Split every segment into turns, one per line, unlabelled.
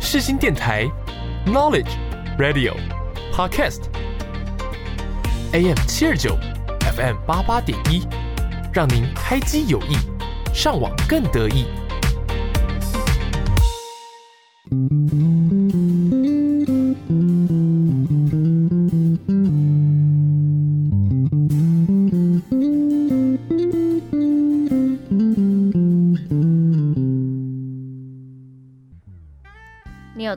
世新电台 Knowledge Radio Podcast AM 七二九 FM 八八点一，让您开机有益，上网更得意。
你有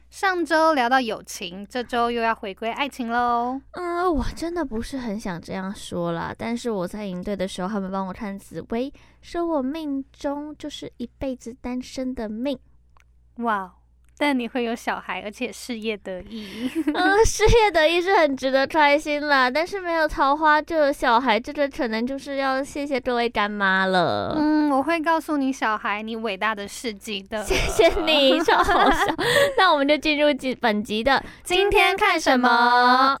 上周聊到友情，这周又要回归爱情喽。
嗯，我真的不是很想这样说啦，但是我在营队的时候，他们帮我看紫薇，说我命中就是一辈子单身的命。
哇，哦但你会有小孩，而且事业得意。
嗯，事业得意是很值得开心啦，但是没有桃花就有小孩，这个可能就是要谢谢各位干妈了。
嗯，我会告诉你小孩你伟大的事迹的。
谢谢你，超好笑。 那我们就进入集本集的
今天看什么？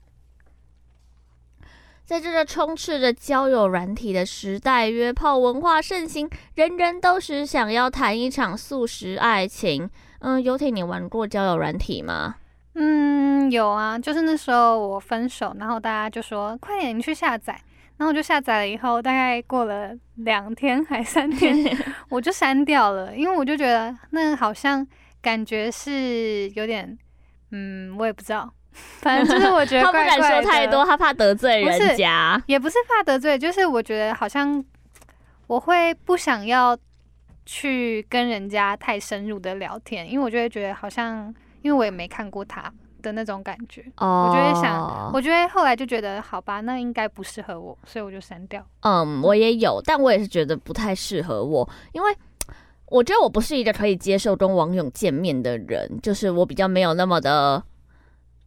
在这个充斥着交友软体的时代，约炮文化盛行，人人都是想要谈一场素食爱情。嗯，游艇，你玩过交友软体吗？
嗯，有啊，就是那时候我分手，然后大家就说快点你去下载，然后我就下载了以后，大概过了两天还三 天，我就删掉了，因为我就觉得那好像感觉是有点，嗯，我也不知道，反正就是我觉 得
他不
怪
敢
怪
说太
的
多，，他怕得罪
不是
人家。
也不是怕得罪，就是我觉得好像我会不想要去跟人家太深入的聊天，因为我就会觉得好像因为我也没看过他的那种感觉。
哦
我就会想，我觉得后来就觉得好吧，那应该不适合我，所以我就删掉。
嗯，我也有，但我也是觉得不太适合我，因为我觉得我不是一个可以接受跟网友见面的人，就是我比较没有那么的，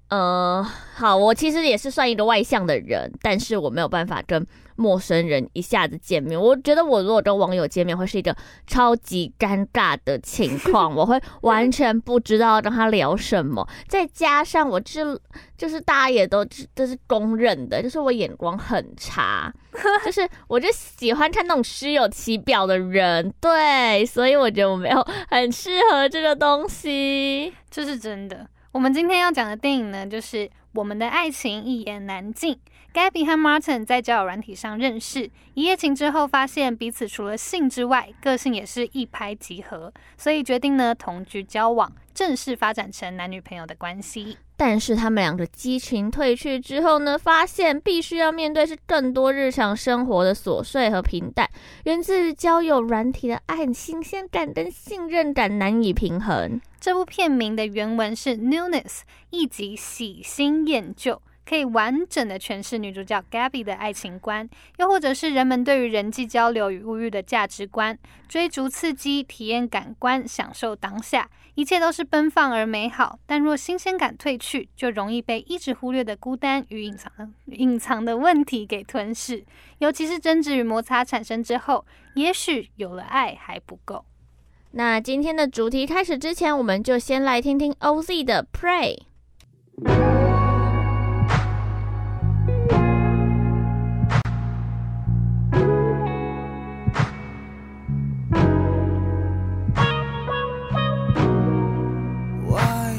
呃，好，我其实也是算一个外向的人，但是我没有办法跟陌生人一下子见面。我觉得我如果跟网友见面，会是一个超级尴尬的情况，我会完全不知道跟他聊什么，再加上我就是就是大家也都知这是公认的，就是我眼光很差。 就是我就喜欢看那种虚有其表的人，对，所以我觉得我没有很适合这个东西。
这是真的。我们今天要讲的电影呢，就是《我们的爱情一言难尽》。Gabby 和 Martin 在交友软体上认识，一夜情之后发现彼此除了性之外，个性也是一拍即合，所以决定呢同居交往，正式发展成男女朋友的关系。
但是他们两个激情褪去之后呢，发现必须要面对是更多日常生活的琐碎和平淡，源自于交友软体的爱新鲜感跟信任感难以平衡。
这部片名的原文是 Newness，一集喜新厌旧，可以完整的诠释女主角 Gabby 的爱情观，又或者是人们对于人际交流与物欲的价值观，追逐刺激、体验感官、享受当下，一切都是奔放而美好。但若新鲜感褪去，就容易被一直忽略的孤单与隐藏的隐藏的问题给吞噬，尤其是争执与摩擦产生之后，也许有了爱还不够。
那今天的主题开始之前，我们就先来听听 OZ 的《Pray》。
Why?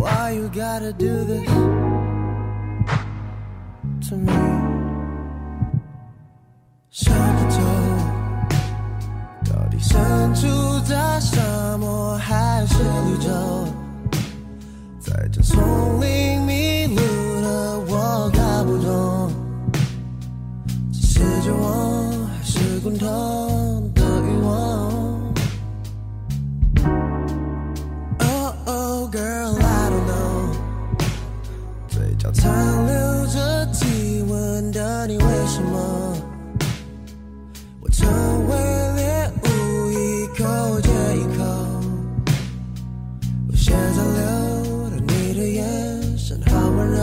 Why you gotta do this to me?想不透，到底身处在沙漠还是绿洲？在这丛林迷路的我搞不懂，这是绝望还是滚痛的欲望？Oh oh girl, I don't know。嘴角残留着体温的你，为什么我成为猎物，一口接一口？我现在流的你的眼神好温柔。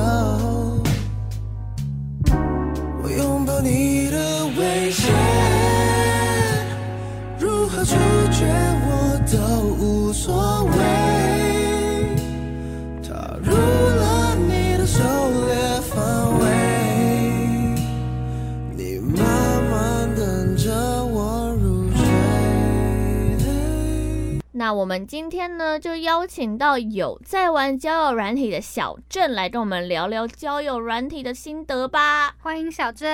那我们今天呢，就邀请到有在玩交友软体的小郑来跟我们聊聊交友软体的心得吧。
欢迎小郑，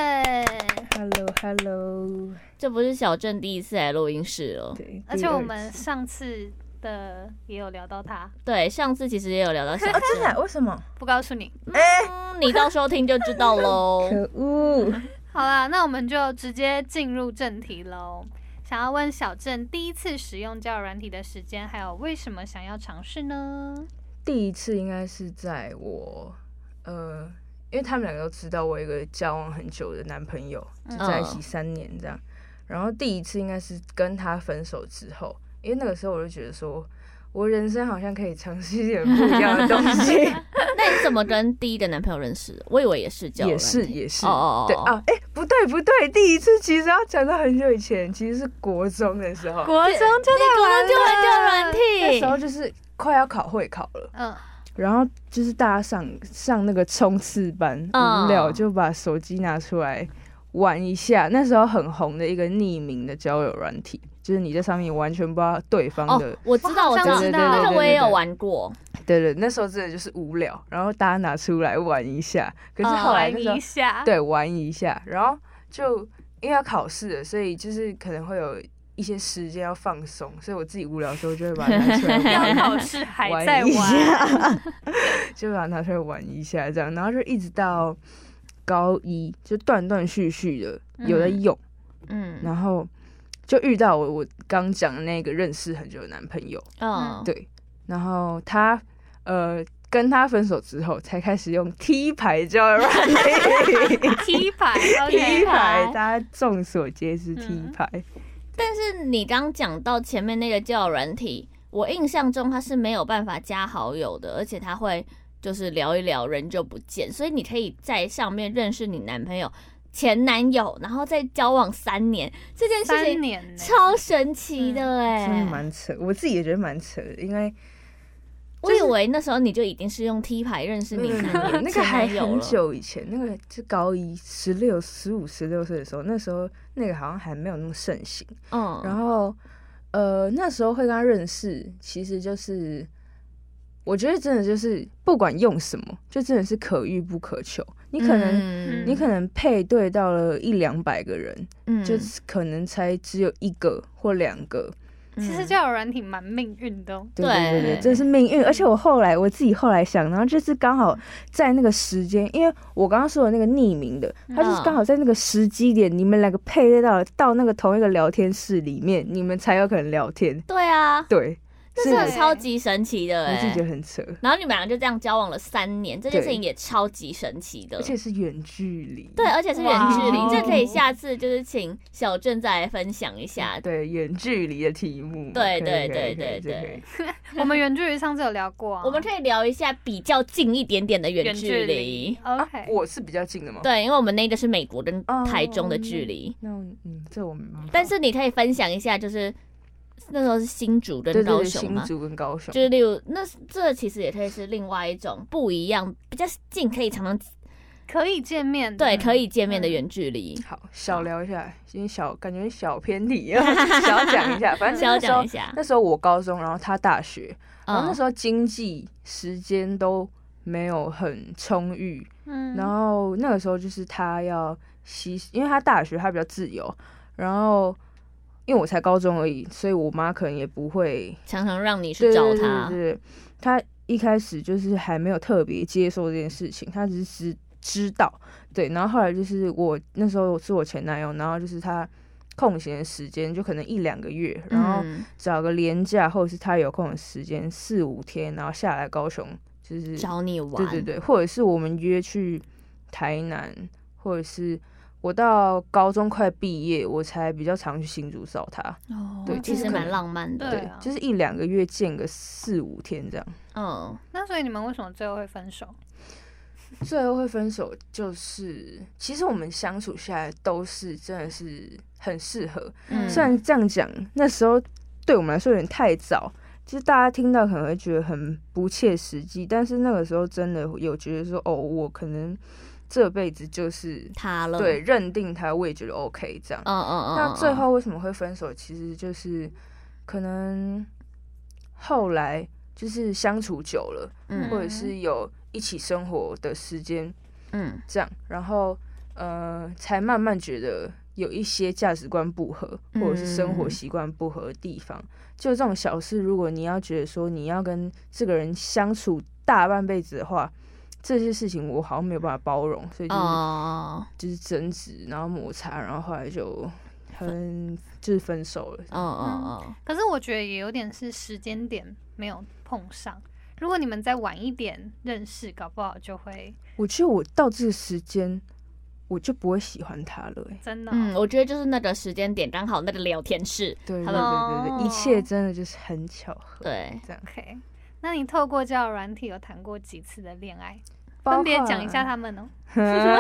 Hello Hello，
这不是小郑第一次来录音室哦了，
对，
而
第
且我
二
们
次
上次的也有聊到他，
对，上次其实也有聊到小
啊， 真
郑，
的？为什么？
不告诉你。哎
嗯你到时候听就知道喽。
可恶！
好啦，那我们就直接进入正题喽。想要问小郑，第一次使用交友软体的时间，还有为什么想要尝试呢？
第一次应该是在我呃，因为他们两个都知道我有一个交往很久的男朋友，
嗯
就在一起三年这样。然后第一次应该是跟他分手之后，因为那个时候我就觉得说，我人生好像可以尝试一点不一样的东 西，
那你怎么跟第一个男朋友认识的？我以为也是交友
也
软体
是也是，
哦哦哦
对啊，哎、不对不对，第一次其实要讲到很久以前，其实是国中的时候，
国中就在玩
就玩交友软
那时候
体，
就是快要考会考了。
嗯，
然后就是大家上上那个冲刺班，
嗯
无聊就把手机拿出来玩一下。那时候很红的一个匿名的交友软体，就是你在上面完全不知道对方的，
哦，我知道，
我
我
好
知
像
道，
知
对对对对
这
道
个
对
我也有
对
玩过。
对对，那时候真的就是无聊，然后大家拿出来玩一下。可是后
玩
来啊那
哦
时候
呃一下，，
对玩一下，然后就因为要考试了，所以就是可能会有一些时间要放松，所以我自己无聊的时候就会把它拿出来玩
要
一下
考试还在玩，
一下，就把它拿出来玩一下这样，然后就一直到高一就断断续续的有在用，
嗯
然后就遇到我我刚讲的那个认识很久的男朋友，
嗯，
对，然后他呃跟他分手之后才开始用 T 牌交友软体
踢牌
，T
，OK，
牌大家众所皆知
嗯
T 牌，
但是你刚讲到前面那个交友软体，我印象中它是没有办法加好友的，而且它会就是聊一聊人就不见，所以你可以在上面认识你男朋友、前男友，然后再交往三年，这件事
三
情
年呢，
超神奇的哎、
嗯真的蛮扯，我自己也觉得蛮扯的，因为。
我以为那时候你就已经是用 T 牌认识
没
你
有没有 没嗯有那个
前
还
男友
很
了，
久以前，那个是高一十六、十五、十六岁的时候，那时候那个好像还没有那么盛行。
嗯，
然后，呃，那时候会跟他认识，其实就是我觉得真的就是不管用什么，就真的是可遇不可求。你可能、
嗯
你可能配对到了一两百个人，
嗯
就是可能才只有一个或两个。
其实交友软体蛮命运的哦，
对对对
对
对，这是命运。而且我后来我自己后来想，然后就是刚好在那个时间，因为我刚刚说的那个匿名的，
嗯
他就是刚好在那个时机点，你们两个配对到了到那个同一个聊天室里面，你们才有可能聊天。
对啊，
对，
这
是
真的
是
超级神奇的
我
哎、
自己觉得很扯，
然后你们俩就这样交往了三年，这件
对
事情也超级神奇的
而。且是远距离。
对，而且是远距离
哇，
这可以下次就是请小郑再来分享一下。
对，远距离的题目嘛。
啊对
可
对
以可以
对
可以
对
这可以
对
我们远距离上次有聊过啊，
我们可以聊一下比较近一点点的远
远
距
距
离
离。
啊
，OK，，
我是比较近的嘛。
对，因为我们那个是美国跟
哦
台中的距离，
那我嗯，这我没办法。
但是你可以分享一下，就是那时候是新竹
对
跟
对
高
对，
雄
新
嘛。
竹跟高雄
就。是例如，那这其实也可以是另外一种不一样、比较近，可以常常
可以见面，
对可，以见面的
嗯
远距离，
好，小聊一下，因为小感觉小偏 题，小讲一下。反正
稍
那时候
讲一下。
那时候我高中，然后他大学，然后那
嗯
时候经济时间都没有很充裕，
嗯，
然后那个时候就是他要吸，因为他大学他比较自由，然后因为我才高中而已，所以我妈可能也不会
常常让你去
对
找
对
他
对，对对他一开始就是还没有特别接受这件事情，他只是知知道。对，然后后来就是我那时候是我前男友，然后就是他空闲的时间就可能一两个月，然后
嗯
找个连假或者是他有空的时间四五天，然后下来高雄就是
找你玩，
对对对，或者是我们约去台南，或者是我到高中快毕业，我才比较常去新竹找他。
哦
对
其
就
实
是可
蛮
能
浪漫的。
对
对
啊，
就是一两个月见个四五天这样。
嗯，
那所以你们为什么最后会分手？
最后会分手，就是其实我们相处下来都是真的是很适合。
嗯
虽然这样讲，那时候对我们来说有点太早，就是大家听到可能会觉得很不切实际，但是那个时候真的有觉得说，哦，我可能这辈子就是
他了，
对，认定他，我也觉得 OK 这样。
嗯嗯嗯。
那最
嗯，
后为什么会分手？其实就是可能后来就是相处久了，
嗯
或者是有一起生活的时间，
嗯
这样，然后呃，才慢慢觉得有一些价值观不合，或者是生活
嗯
习惯不合的地方。就这种小事，如果你要觉得说你要跟这个人相处大半辈子的话，这些事情我好像没有办法包容，所以就是、
哦
就是争执，然后摩擦，然后后来就
嗯
很就是分手了
哦。
嗯
哦
可是我觉得也有点是时间点没有碰上。如果你们再晚一点认识，搞不好就会
我觉得我到这个时间，我就不会喜欢他了、欸。
真的
哦，
哦、
嗯，我觉得就是那个时间点刚好那个聊天室，
对对对
Hello
哦
对对，一切真的就是很巧合。
对
这样
OK，那你透过交友软体有谈过几次的恋爱？
包
分别
括
讲一下他们哦。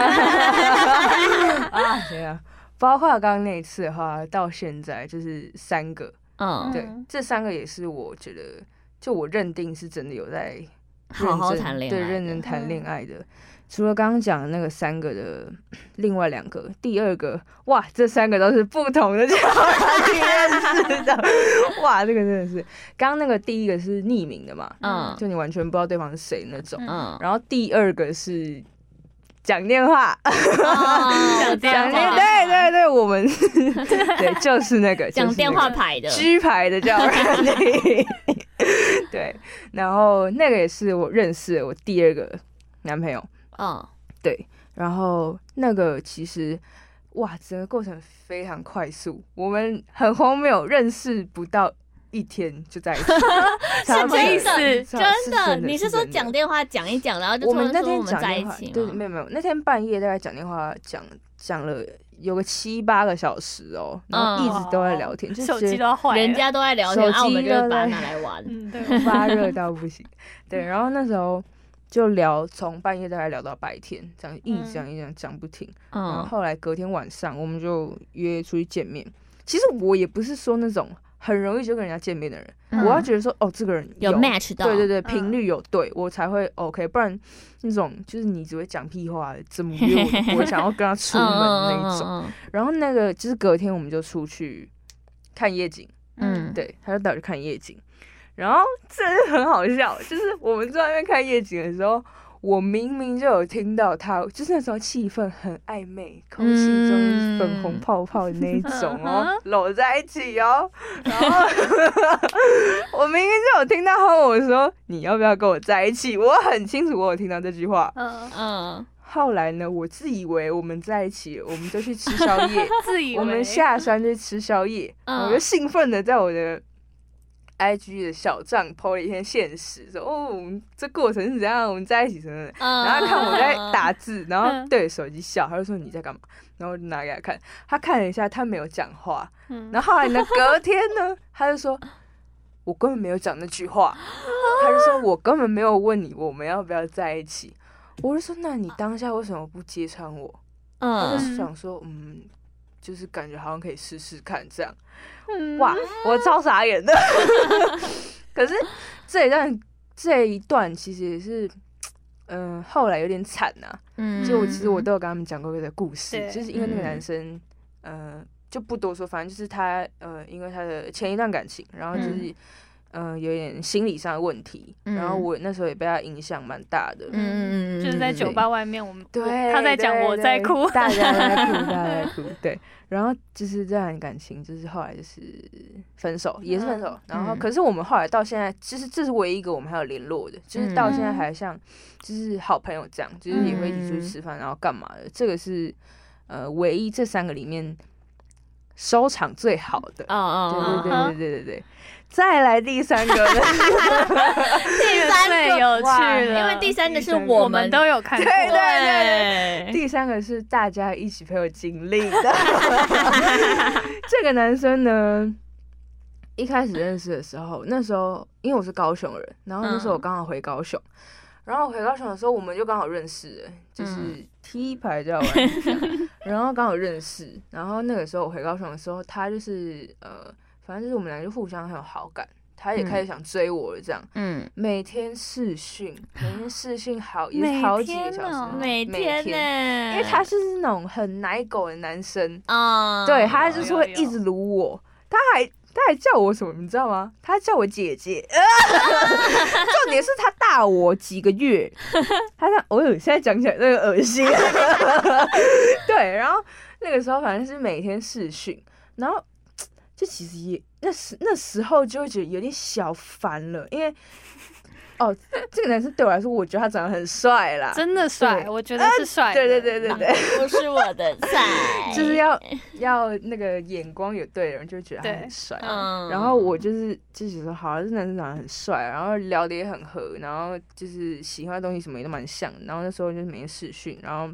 啊，对啊，包括刚刚那一次的话，到现在就是三个，
嗯，
对，
嗯
这三个也是我觉得，就我认定是真的有在认
好好
真
谈恋
对，
爱
认
的
真谈恋
嗯
爱的。除了刚刚讲的那个三个的，另外两个，第二个，哇，这三个都是不同的交友认识的， 哇，这个真的是，刚刚那个第一个是匿名的嘛，
嗯
就你完全不知道对方是谁那种，
嗯，
然后第二个是讲电话，
哦
讲电
讲
话
电对对对，我们 对就是那个
讲电话牌的，
G 牌的叫软体， 对，然后那个也是我认识的我第二个男朋友，
嗯
对，然后那个其实哇，整个过程非常快速，我们很荒谬，认识不到一天就在 一起，
是
超扯
真的，
是真的
真的，你是说讲电话讲一讲，然啊后就
我
突
们
然
那
说
天
我们
讲
在
电
一
话
起，
对，
吗？
没有没有，那天半夜大概讲电话讲讲了有个七八个小时哦，然后一直都在聊天，就
手
觉
机
得
都要坏了，
人哦家都在聊天，
手
啊，我们
机
就是
都
把它
在
拿来玩，
嗯对，
发热到 不行。对，然后那时候就聊，从半夜大概聊到白天，这样一直讲一直讲讲不停。然后
嗯
后来隔天晚上，我们就约出去见面。其实我也不是说那种很容易就跟人家见面的人，
嗯
我要觉得说哦，这个人
有 match 到，
对对对，
嗯
频率有对、我才会 OK，不然那种就是你只会讲屁话，怎么约我都 不会想要跟他出门那一种。
嗯
然后那个就是隔天我们就出去看夜景，
嗯，嗯，
对，他就带我去看夜景，然后这是很好笑，就是我们坐在那边看夜景的时候。我明明就有听到他，就是那时候气氛很暧昧，空气中
嗯
粉红泡泡的那一种哦
嗯，
搂在一起哦。然后我明明就有听到他问我说：“你要不要跟我在一起？”我很清楚，我有听到这句话。
嗯，
嗯
后来呢，我自以为我们在一起了，我们就去吃宵夜，
自以为
我们下山去吃宵夜，
嗯
我就兴奋的在我的 IG 的小账 PO 了一篇现实，说哦，我们这过程是怎样，我们在一起什么的。
嗯，
然后他看我在打字，然后
嗯
对着手机笑，他就说你在干嘛？然后我就拿给他看，他看了一下，他没有讲话。
嗯
然后后来呢，隔天呢，他 就说。我根本没有讲那句话，他就说我根本没有问你我们要不要在一起，我就说那你当下为什么不揭穿我？就
嗯，
是想说，嗯，就是感觉好像可以试试看这样。
嗯
哇，我超傻眼的。 可是这一段这一段其实也是，嗯、后来有点惨呐、
嗯
就我其实我都有跟他们讲过这个故事，
对
就是因为那
嗯
个男生，呃，就不多说，反正就是他，呃，因为他的前一段感情，然后就是。嗯，有点心理上的问题，然后
嗯
我那时候也被他影响蛮大的，
嗯嗯嗯，
就是在酒吧外面，我们我
对，
他在讲
对
我在
对
哭，
大家都在哭，大家都在哭，对。然后就是这段感情，就是后来就是分手，也是分手。然后
嗯
可是我们后来到现在，就是这是唯一一个我们还有联络
嗯
的，就是到现在还像就是好朋友这样，就是也会一起出去吃饭，然后干嘛的。这个是呃唯一这三个里面收场最好的。
哦
对
哦，
对
嗯
对对对对对。再来第三个 呢，
第三
最
个，
有趣
哇
了，
因为第三个是
我
我们
们
都有看过，
对
哎
对
第三个是大家一起陪我经历的。 这个男生呢，一开始认识的时候，那时候因为我是高雄人，然后那时候我刚好回高雄，
嗯
然后回高雄的时候，我们就刚好认识了，就是
嗯
T 牌在玩这样，然后刚好认识，然后那个时候我回高雄的时候，他就是呃，反正就是我们俩就互相很有好感，他也
嗯
开始想追我了这样。
嗯，
每天视讯，每天视讯好也
每
是好几个
天
小时
哦，
每天呢，
嗯
因为他是那种很奶狗的男生，
啊，
对他就是
有
会
嗯有
一直撸我，他还他还叫我什么，你知道吗？他叫我 姐姐，重点是他大我几个月。他像，我有现在讲起来那个 恶心。对，然后那个时候反正是每天试训，然后就其实也那时那时候就会觉得有点小烦了，因为哦，这个男生对我来说，我觉得他长得很帅啦，
真的帅，
对呃
我觉得是帅的、
对对对对对。
不是 我的
哎
菜
就是要要那个眼光有对的人，就会觉得他
对
很帅。
嗯
然后我就是就是说，好、啊，这男生长得很帅，啊然后聊得也很合，然后就是喜欢的东西什么也都蛮像的。然后那时候就是每天试训，然后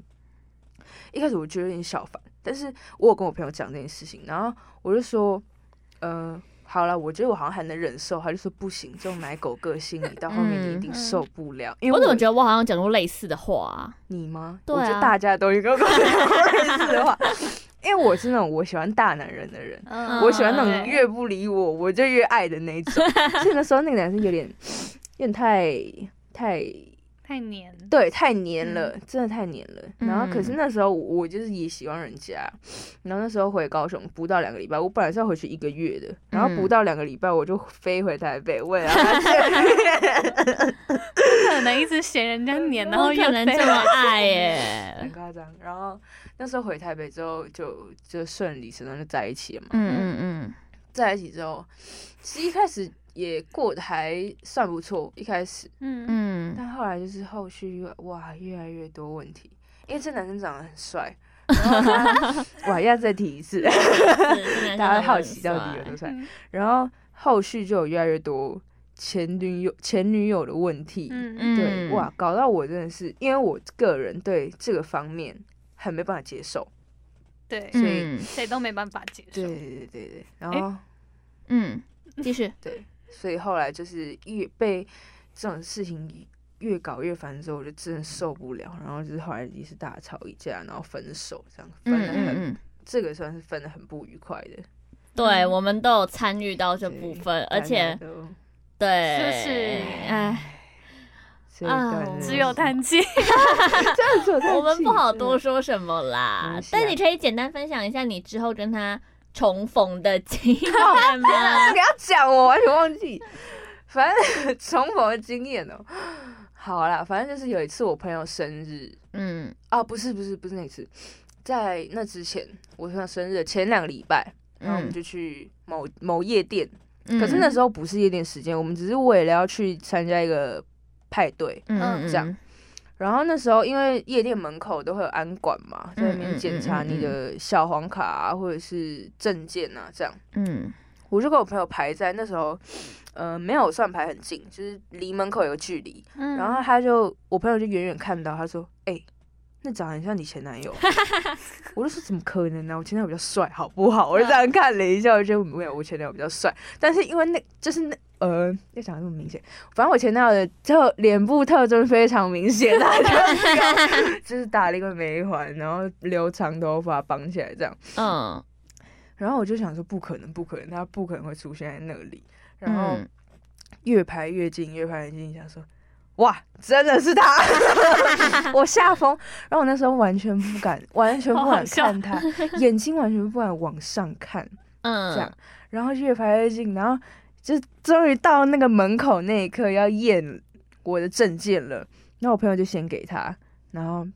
一开始我觉得有点小烦，但是我有跟我朋友讲这件事情，然后我就说，呃，好了，我觉得我好像还能忍受。他就说不行，这种奶狗个性，你到后面你一定
嗯
受不了。因为
我怎么
得
觉得我好像讲过类似的话啊？
你吗？
对
我觉
啊
得大家都应该 跟我讲过类似的话，因为我是那种我喜欢大男人的人。
嗯
我喜欢那
对
种越不理我我就越爱的那 种。所以那时候那个男生有点有点太太
太黏，
对太黏了，真的太黏了。然后可是
嗯
那时候我我就是也喜欢人家，然后那时候回高雄不到两个礼拜，我本来是要回去一个月的，然后
嗯
不到两个礼拜我就飞回台北为了 他见面。
不可能一直嫌人家黏， 然
我
后
不
又
可能
非
这么爱
很
耶。
夸张，然后那时候回台北之后就就顺理成章就在一起了嘛。
嗯嗯
在一起之后，其实一开始也过得还算不错，一开始，
嗯
嗯嗯，
但后来就是后续越哇越来越多问题，因为这男生长得很帅，然后他哇要再提一 次，
是
嗯大家会好奇到底有多帅，
嗯
然后后续就有越来越多前女友前女友的问题，
嗯
嗯
对哇，搞到我真的是因为我个人对这个方面很没办法接受，
对，
所以
嗯
谁都没办法接受
对。对对对对，然后。
嗯，继续。
对，所以后来就是越被这种事情越搞越烦之后，我就真的受不了，然后就是后来也是大吵一架，然后分手，这样分
嗯
的很，
嗯嗯，
这个算是分的很不愉快的
对，我们都有参与到这部分，而且对，
是不是
哎，
这一段
啊
真的
只有
是
叹气，
真的只有叹
我们
气
不好
真的
多说什么
没
啦
关。系啊
但你可以简单分享一下你之后跟他重逢的经验吗
这？个啊要讲，我完全忘记。反正 重逢的经验哦、好啦，反正就是有一次我朋友生日
嗯
啊，不是不是不是那一次，在那之前我朋友生日的前两个礼拜，然后我们
嗯，
就去某某夜店，
嗯
可是那时候不是夜店时间，我们只是为了要去参加一个派对。
嗯嗯
这样然后那时候因为夜店门口都会有安管嘛，在那
嗯
边检查你的小黄卡啊，或者是证件啊，这样。
嗯
我就跟我朋友排在那时候，呃，没有算排很近，就是离门口有个距离。然
嗯然
后他就我朋友就远远看到，他说：“哎、那长得很像你前男友。”啊我就说：“怎么可能呢、我前男友比较帅，好不好？”我就这样看了一下，我觉得没有，我前男友比较帅。但是因为那就是那呃，要讲得那么明显，反正我前男友的特脸部特征非常明显，他就是有就是打了一个眉环，然后留长头发绑起来这样。
嗯，
然后我就想说，不可能，不可能，他不可能会出现在那里。然后
嗯
越排越近，越排越近，想说，哇，真的是他， 我吓疯。然后我那时候完全不敢，完全不
好好
敢
笑
看他，眼睛完全不敢往上看，这样
嗯，。
然后越排越近，然后就终于到那个门口那一刻要验我的证件了。然后我朋友就先给他，然后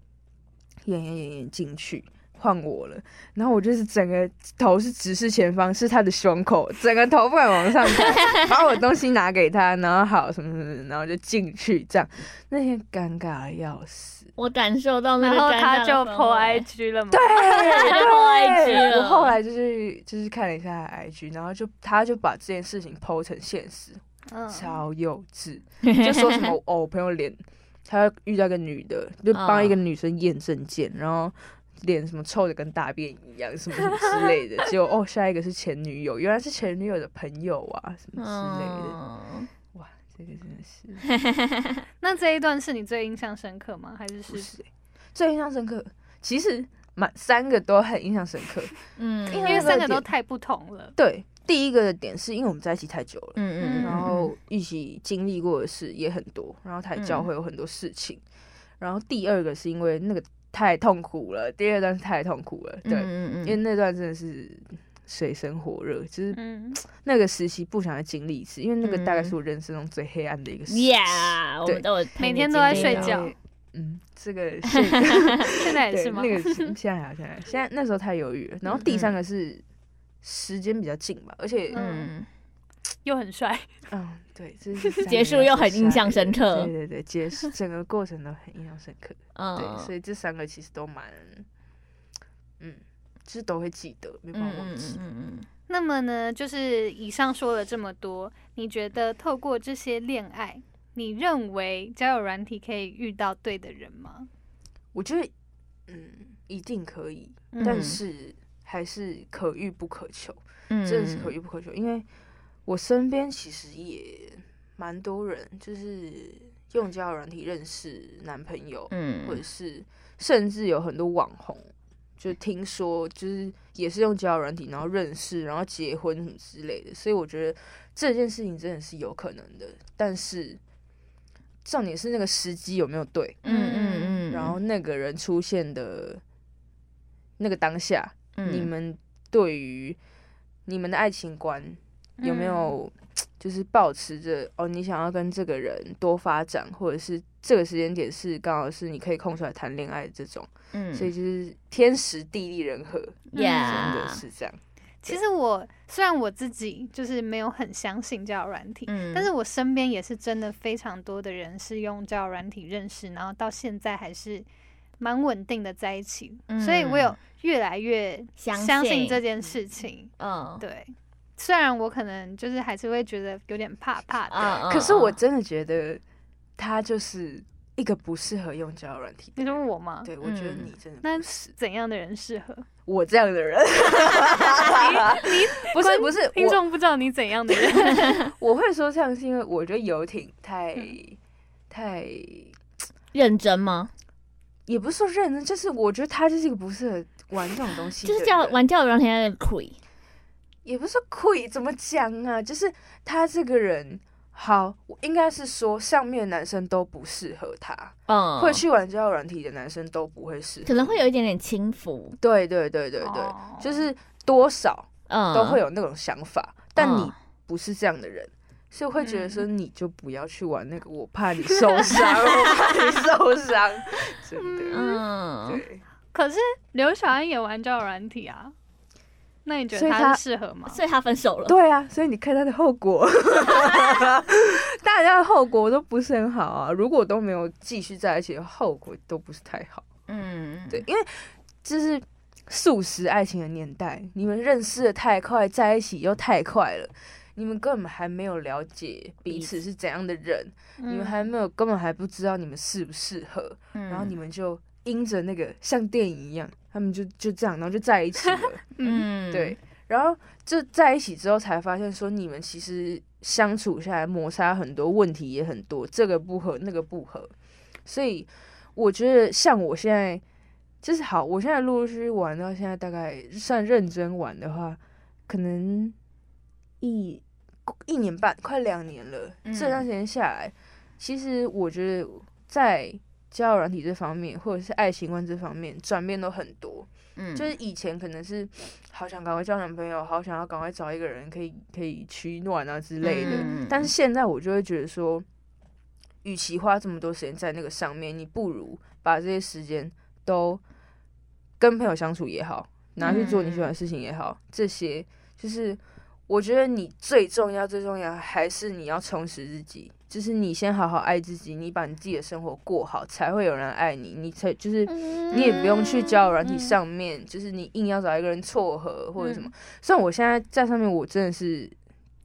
验验验验进去。换我了，然后我就是整个头是直视前方，是他的胸口，整个头不敢往上看，把我东西拿给他，然后好什么什么什么，然后就进去这样，那天尴尬的要死。
我感受到那
然
个
后
尴
他
尬
就
的氛
po
围
IG 了嘛，对，
对
他就 po IG 了
我后来就是就是看了一下他的 IG，然后就他就把这件事情 PO 成现实，
嗯
超幼稚， 就说什么哦，我朋友脸，他遇到一个女的，就帮一个女生验证件，然后。脸什么臭的跟大便一样，什么什么之类的。结果哦，下一个是前女友，原来是前女友的朋友啊，什么之类的。
嗯
哇，这个真的是
那这一段是你最印象深刻吗？还是
不
是
是欸最印象深刻？其实满三个都很印象深刻，
嗯
因
因
为
为
那个
三个都
点
太不同了？
对，第一个的点是因为我们在一起太久了，
嗯嗯，
然后一起经历过的事也很多，然后他也教
嗯
会有很多事情。然后第二个是因为那个太痛苦了，第二段是太痛苦了，对，
嗯嗯
因为那段真的是水深火热，就是
嗯，
那个时期不想再经历一次，因为那个大概
嗯
是我人生中最黑暗的一个时期。
，Yeah，我们都有
每天都在
经
睡
历到
觉，
嗯，这个 是对
现在也是吗？
那个是现在还啊好，现在还好现在那时候太犹豫了。然后第三个是时间比较近吧，而且
嗯，
又很帅，
嗯，对，这是
结束又很印象深刻
对对对，结束整个过程都很印象深刻。对，
嗯
所以这三个其实都蛮，嗯，就是都会记得，没
嗯
办法忘
嗯
记。
嗯嗯
那么呢，就是以上说了这么多，你觉得透过这些恋爱，你认为交友软体可以遇到对的人吗？
我觉得，嗯，一定可以，
嗯
但是还是可遇不可求，
嗯，
真的是可遇不可求。因为我身边其实也蛮多人，就是用交友软体认识男朋友，
嗯，
或者是甚至有很多网红，就听说就是也是用交友软体，然后认识，然后结婚什么之类的。所以我觉得这件事情真的是有可能的，但是重点是那个时机有没有对，
嗯嗯嗯，
然后那个人出现的那个当下，
嗯
你们对于你们的爱情观有
嗯
没有就是保持着哦，你想要跟这个人多发展，或者是这个时间点是刚好是你可以空出来谈恋爱的这种，
嗯，
所以就是天时地利人和，真的
Yeah，
是这样。
其实我虽然我自己就是没有很相信交友软体，
嗯
但是我身边也是真的非常多的人是用交友软体认识，然后到现在还是蛮稳定的在一起，
嗯
所以我有越来越
相信
信这件事情。
嗯
对，虽然我可能就是还是会觉得有点怕怕的。
嗯，
可是啊我
嗯
真的觉得他就是一个不适合用交友软体的
你
人。
说我吗？
对，我觉得
嗯
你真的
那
不是
怎样的人适合？
我这样 的人， 不是不是，
听
我
众不知道你怎样的 人，
我会说这样是因为我觉得游艇太、
嗯
太
认真吗？
也不是说认真，就是我觉得他就是一个不适合玩这种东西的
就
人，
是叫玩教友软体的 cre，
也不是说亏，怎么讲啊？就是他这个人，好，我应该是说上面的男生都不适合他，
嗯，
会去玩交友软体的男生都不会适合，
可能会有一点点轻浮，
对对对对对，
哦
就是多少
嗯，
都会有那种想法，但
嗯
你不是这样的人。所以会觉得说，你就不要去玩那个，我 怕你受伤，我怕你受伤，真的，
嗯，
对。
可是刘小安也玩交友软体啊，那你觉
所
得
以他
是适合吗？
所以他分手了，
对啊，所以你看他的 后果，大家的后果都不是很好啊。如果都没有继续在一起，后果都不是太好。
嗯，
对，因为这是素食爱情的年代，你们认识的太快，在一起又太快了。你们根本还没有了解彼此是怎样的人，你
嗯
们还没有根本还不知道你们适不适合，
嗯，
然后你们就因着那个像电影一样，他们就就这样，然后就在一起了。
嗯
嗯，
对，然后就在一起之后才发现，说你们其实相处下来摩擦很多，问题也很多，这个不合那个不合，所以我觉得像我现在就是好，我现在陆陆续续玩到现在，大概算认真玩的话，可能一一年半，快两年了。这段时间下来，其实我觉得在交友软体这方面，或者是爱情观这方面，转变都很多。
嗯，
就是以前可能是好想赶快交男朋友，好想要赶快找一个人可以可以取暖啊之类的。
嗯
但是现在我就会觉得说，与其花这么多时间在那个上面，你不如把这些时间都跟朋友相处也好，拿去做你喜欢的
嗯
事情也好，这些就是我觉得你最重要最重要还是你要充实自己。就是你先好好爱自己，你把你自己的生活过好，才会有人爱你，你才就是
嗯
你也不用去交友软体上面，就是你硬要找一个人撮合
嗯
或者什么。虽然我现在在上面，我真的是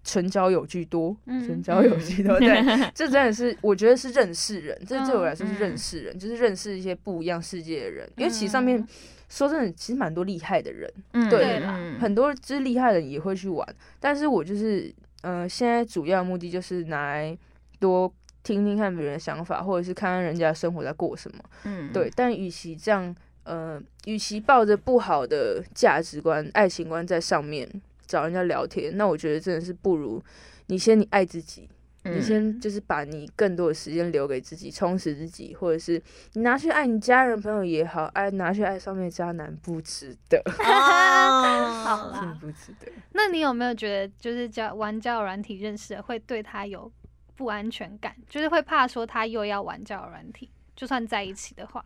纯交友居多，
嗯
纯交友居多，对，这真的是我觉得是认识人，这对我来说是
嗯
认识人，就是认识一些不一样世界的人。因为其实上面
嗯
说真的，其实蛮多厉害的人，
嗯
对
啦
嗯
很多就是厉害的人也会去玩，但是我就是呃，现在主要目的就是拿来多。听听看别人的想法，或者是看看人家生活在过什么。
嗯
对，但与其这样，呃，与其抱着不好的价值观、爱情观在上面找人家聊天，那我觉得真的是不如你先你爱自己，
嗯
你 先就是把你更多的时间留给自己，充实自己，或者是你拿去爱你家人朋友也好，爱拿去爱上面的渣男不值得，
哦，
好
真的
啦，
不值得。
那你有没有觉得，就是交玩交友软体认识的，会对他有不安全感，就是会怕说他又要玩交友软体，就算在一起的话，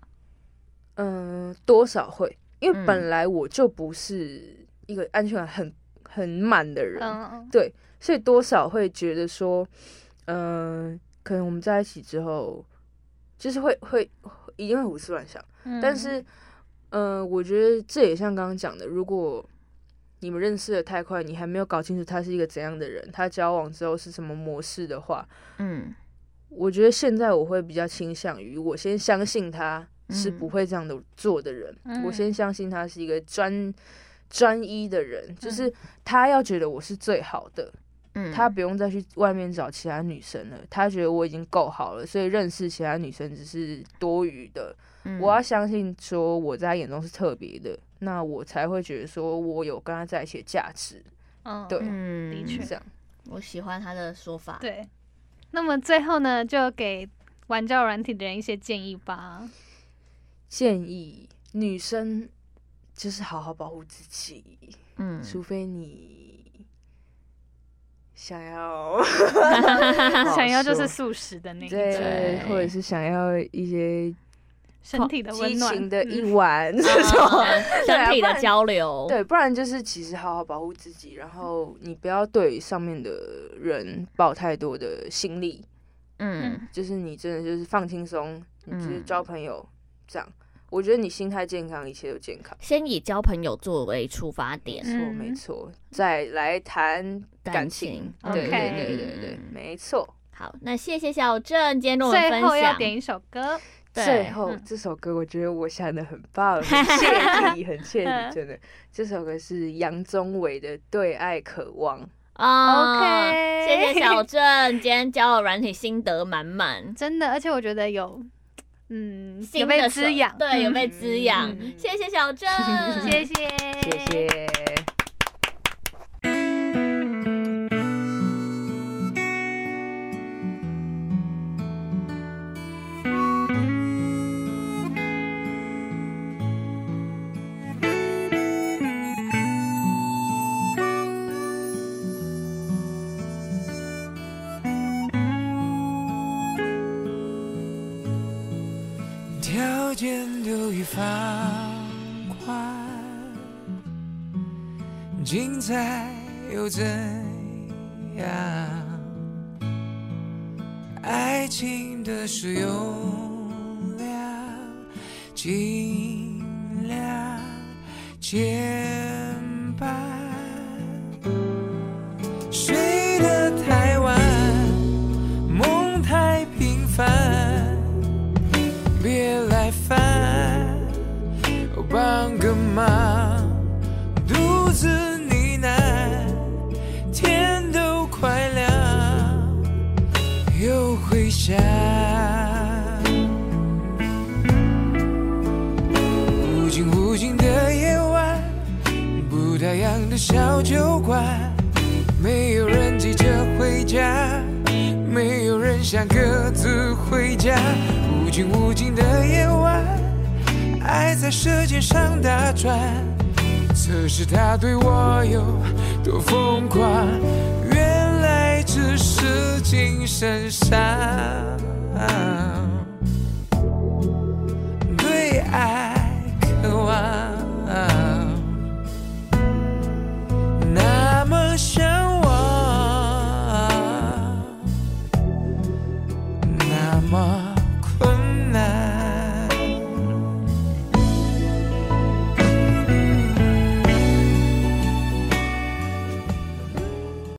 嗯、多少会，因为
嗯
本来我就不是一个安全感很很满的人，
嗯嗯
对，所以多少会觉得说，嗯、可能我们在一起之后，就是会会一定会胡思乱想。
嗯，
但是，嗯、我觉得这也像刚刚讲的，如果你们认识的太快，你还没有搞清楚他是一个怎样的人，他交往之后是什么模式的话，
嗯
我觉得现在我会比较倾向于我先相信他是
嗯
不会这样的做的人，我
嗯
先相信他是一个专专一的人，
嗯
就是他要觉得我是最好的，
嗯，
他不用再去外面找其他女生了，他觉得我已经够好了，所以认识其他女生只是多余的。
嗯
我要相信说我在他眼中是特别的，那我才会觉得说我有跟他在一起的价值。
嗯
对
嗯
的确
这样，
我喜欢他的说法。
对。那么最后呢，就给玩交友软体的人一些建议 吧。
建议女生就是好好保护自己，
嗯，
除 非你想要
想要就是
好说
素食的那一种，
对，或者是想要一些
身体的温
激
暖，
情的一
嗯
晚这种。
嗯
对啊
身体
不
的
然
交流，
对，不然就是其实好好保护自己，然后你不要对上面的人抱太多的心力，
嗯
就是你真的就是放轻松，你就是
嗯
交朋友、这样。我觉得你心态健康，一切都健康。
先以交朋友作为出发
没
点，
错，没
嗯
错，再来谈感情。
感情
对对
OK
对对对
嗯，
没错。
好，那谢谢小郑今天跟我们
最
分
后要
享。
点一首歌，
对
最后
嗯
这首歌，我觉得我想的很棒，很惬意，很惬意，真的。这首歌是杨宗纬的《对爱渴望》。
哦
OK
谢谢小郑，今天交友软体心得满满，
真的，而且我觉得有，嗯，有
新的
被
手
滋养，
对，有
嗯
被滋养
嗯嗯。
谢谢小郑，
谢谢，
谢谢。
条件都已放宽，精彩又怎样？爱情的使用量尽量减半，谁的台湾梦太平凡？别来烦，帮个忙，独自呢喃，天都快亮，又回家。无尽无尽的夜晚，不打烊的小酒馆，没有人急着回家，没有人想各自回家。无尽无尽的夜晚，爱在舌尖上打转，测试它对我有多疯狂，原来只是精神上。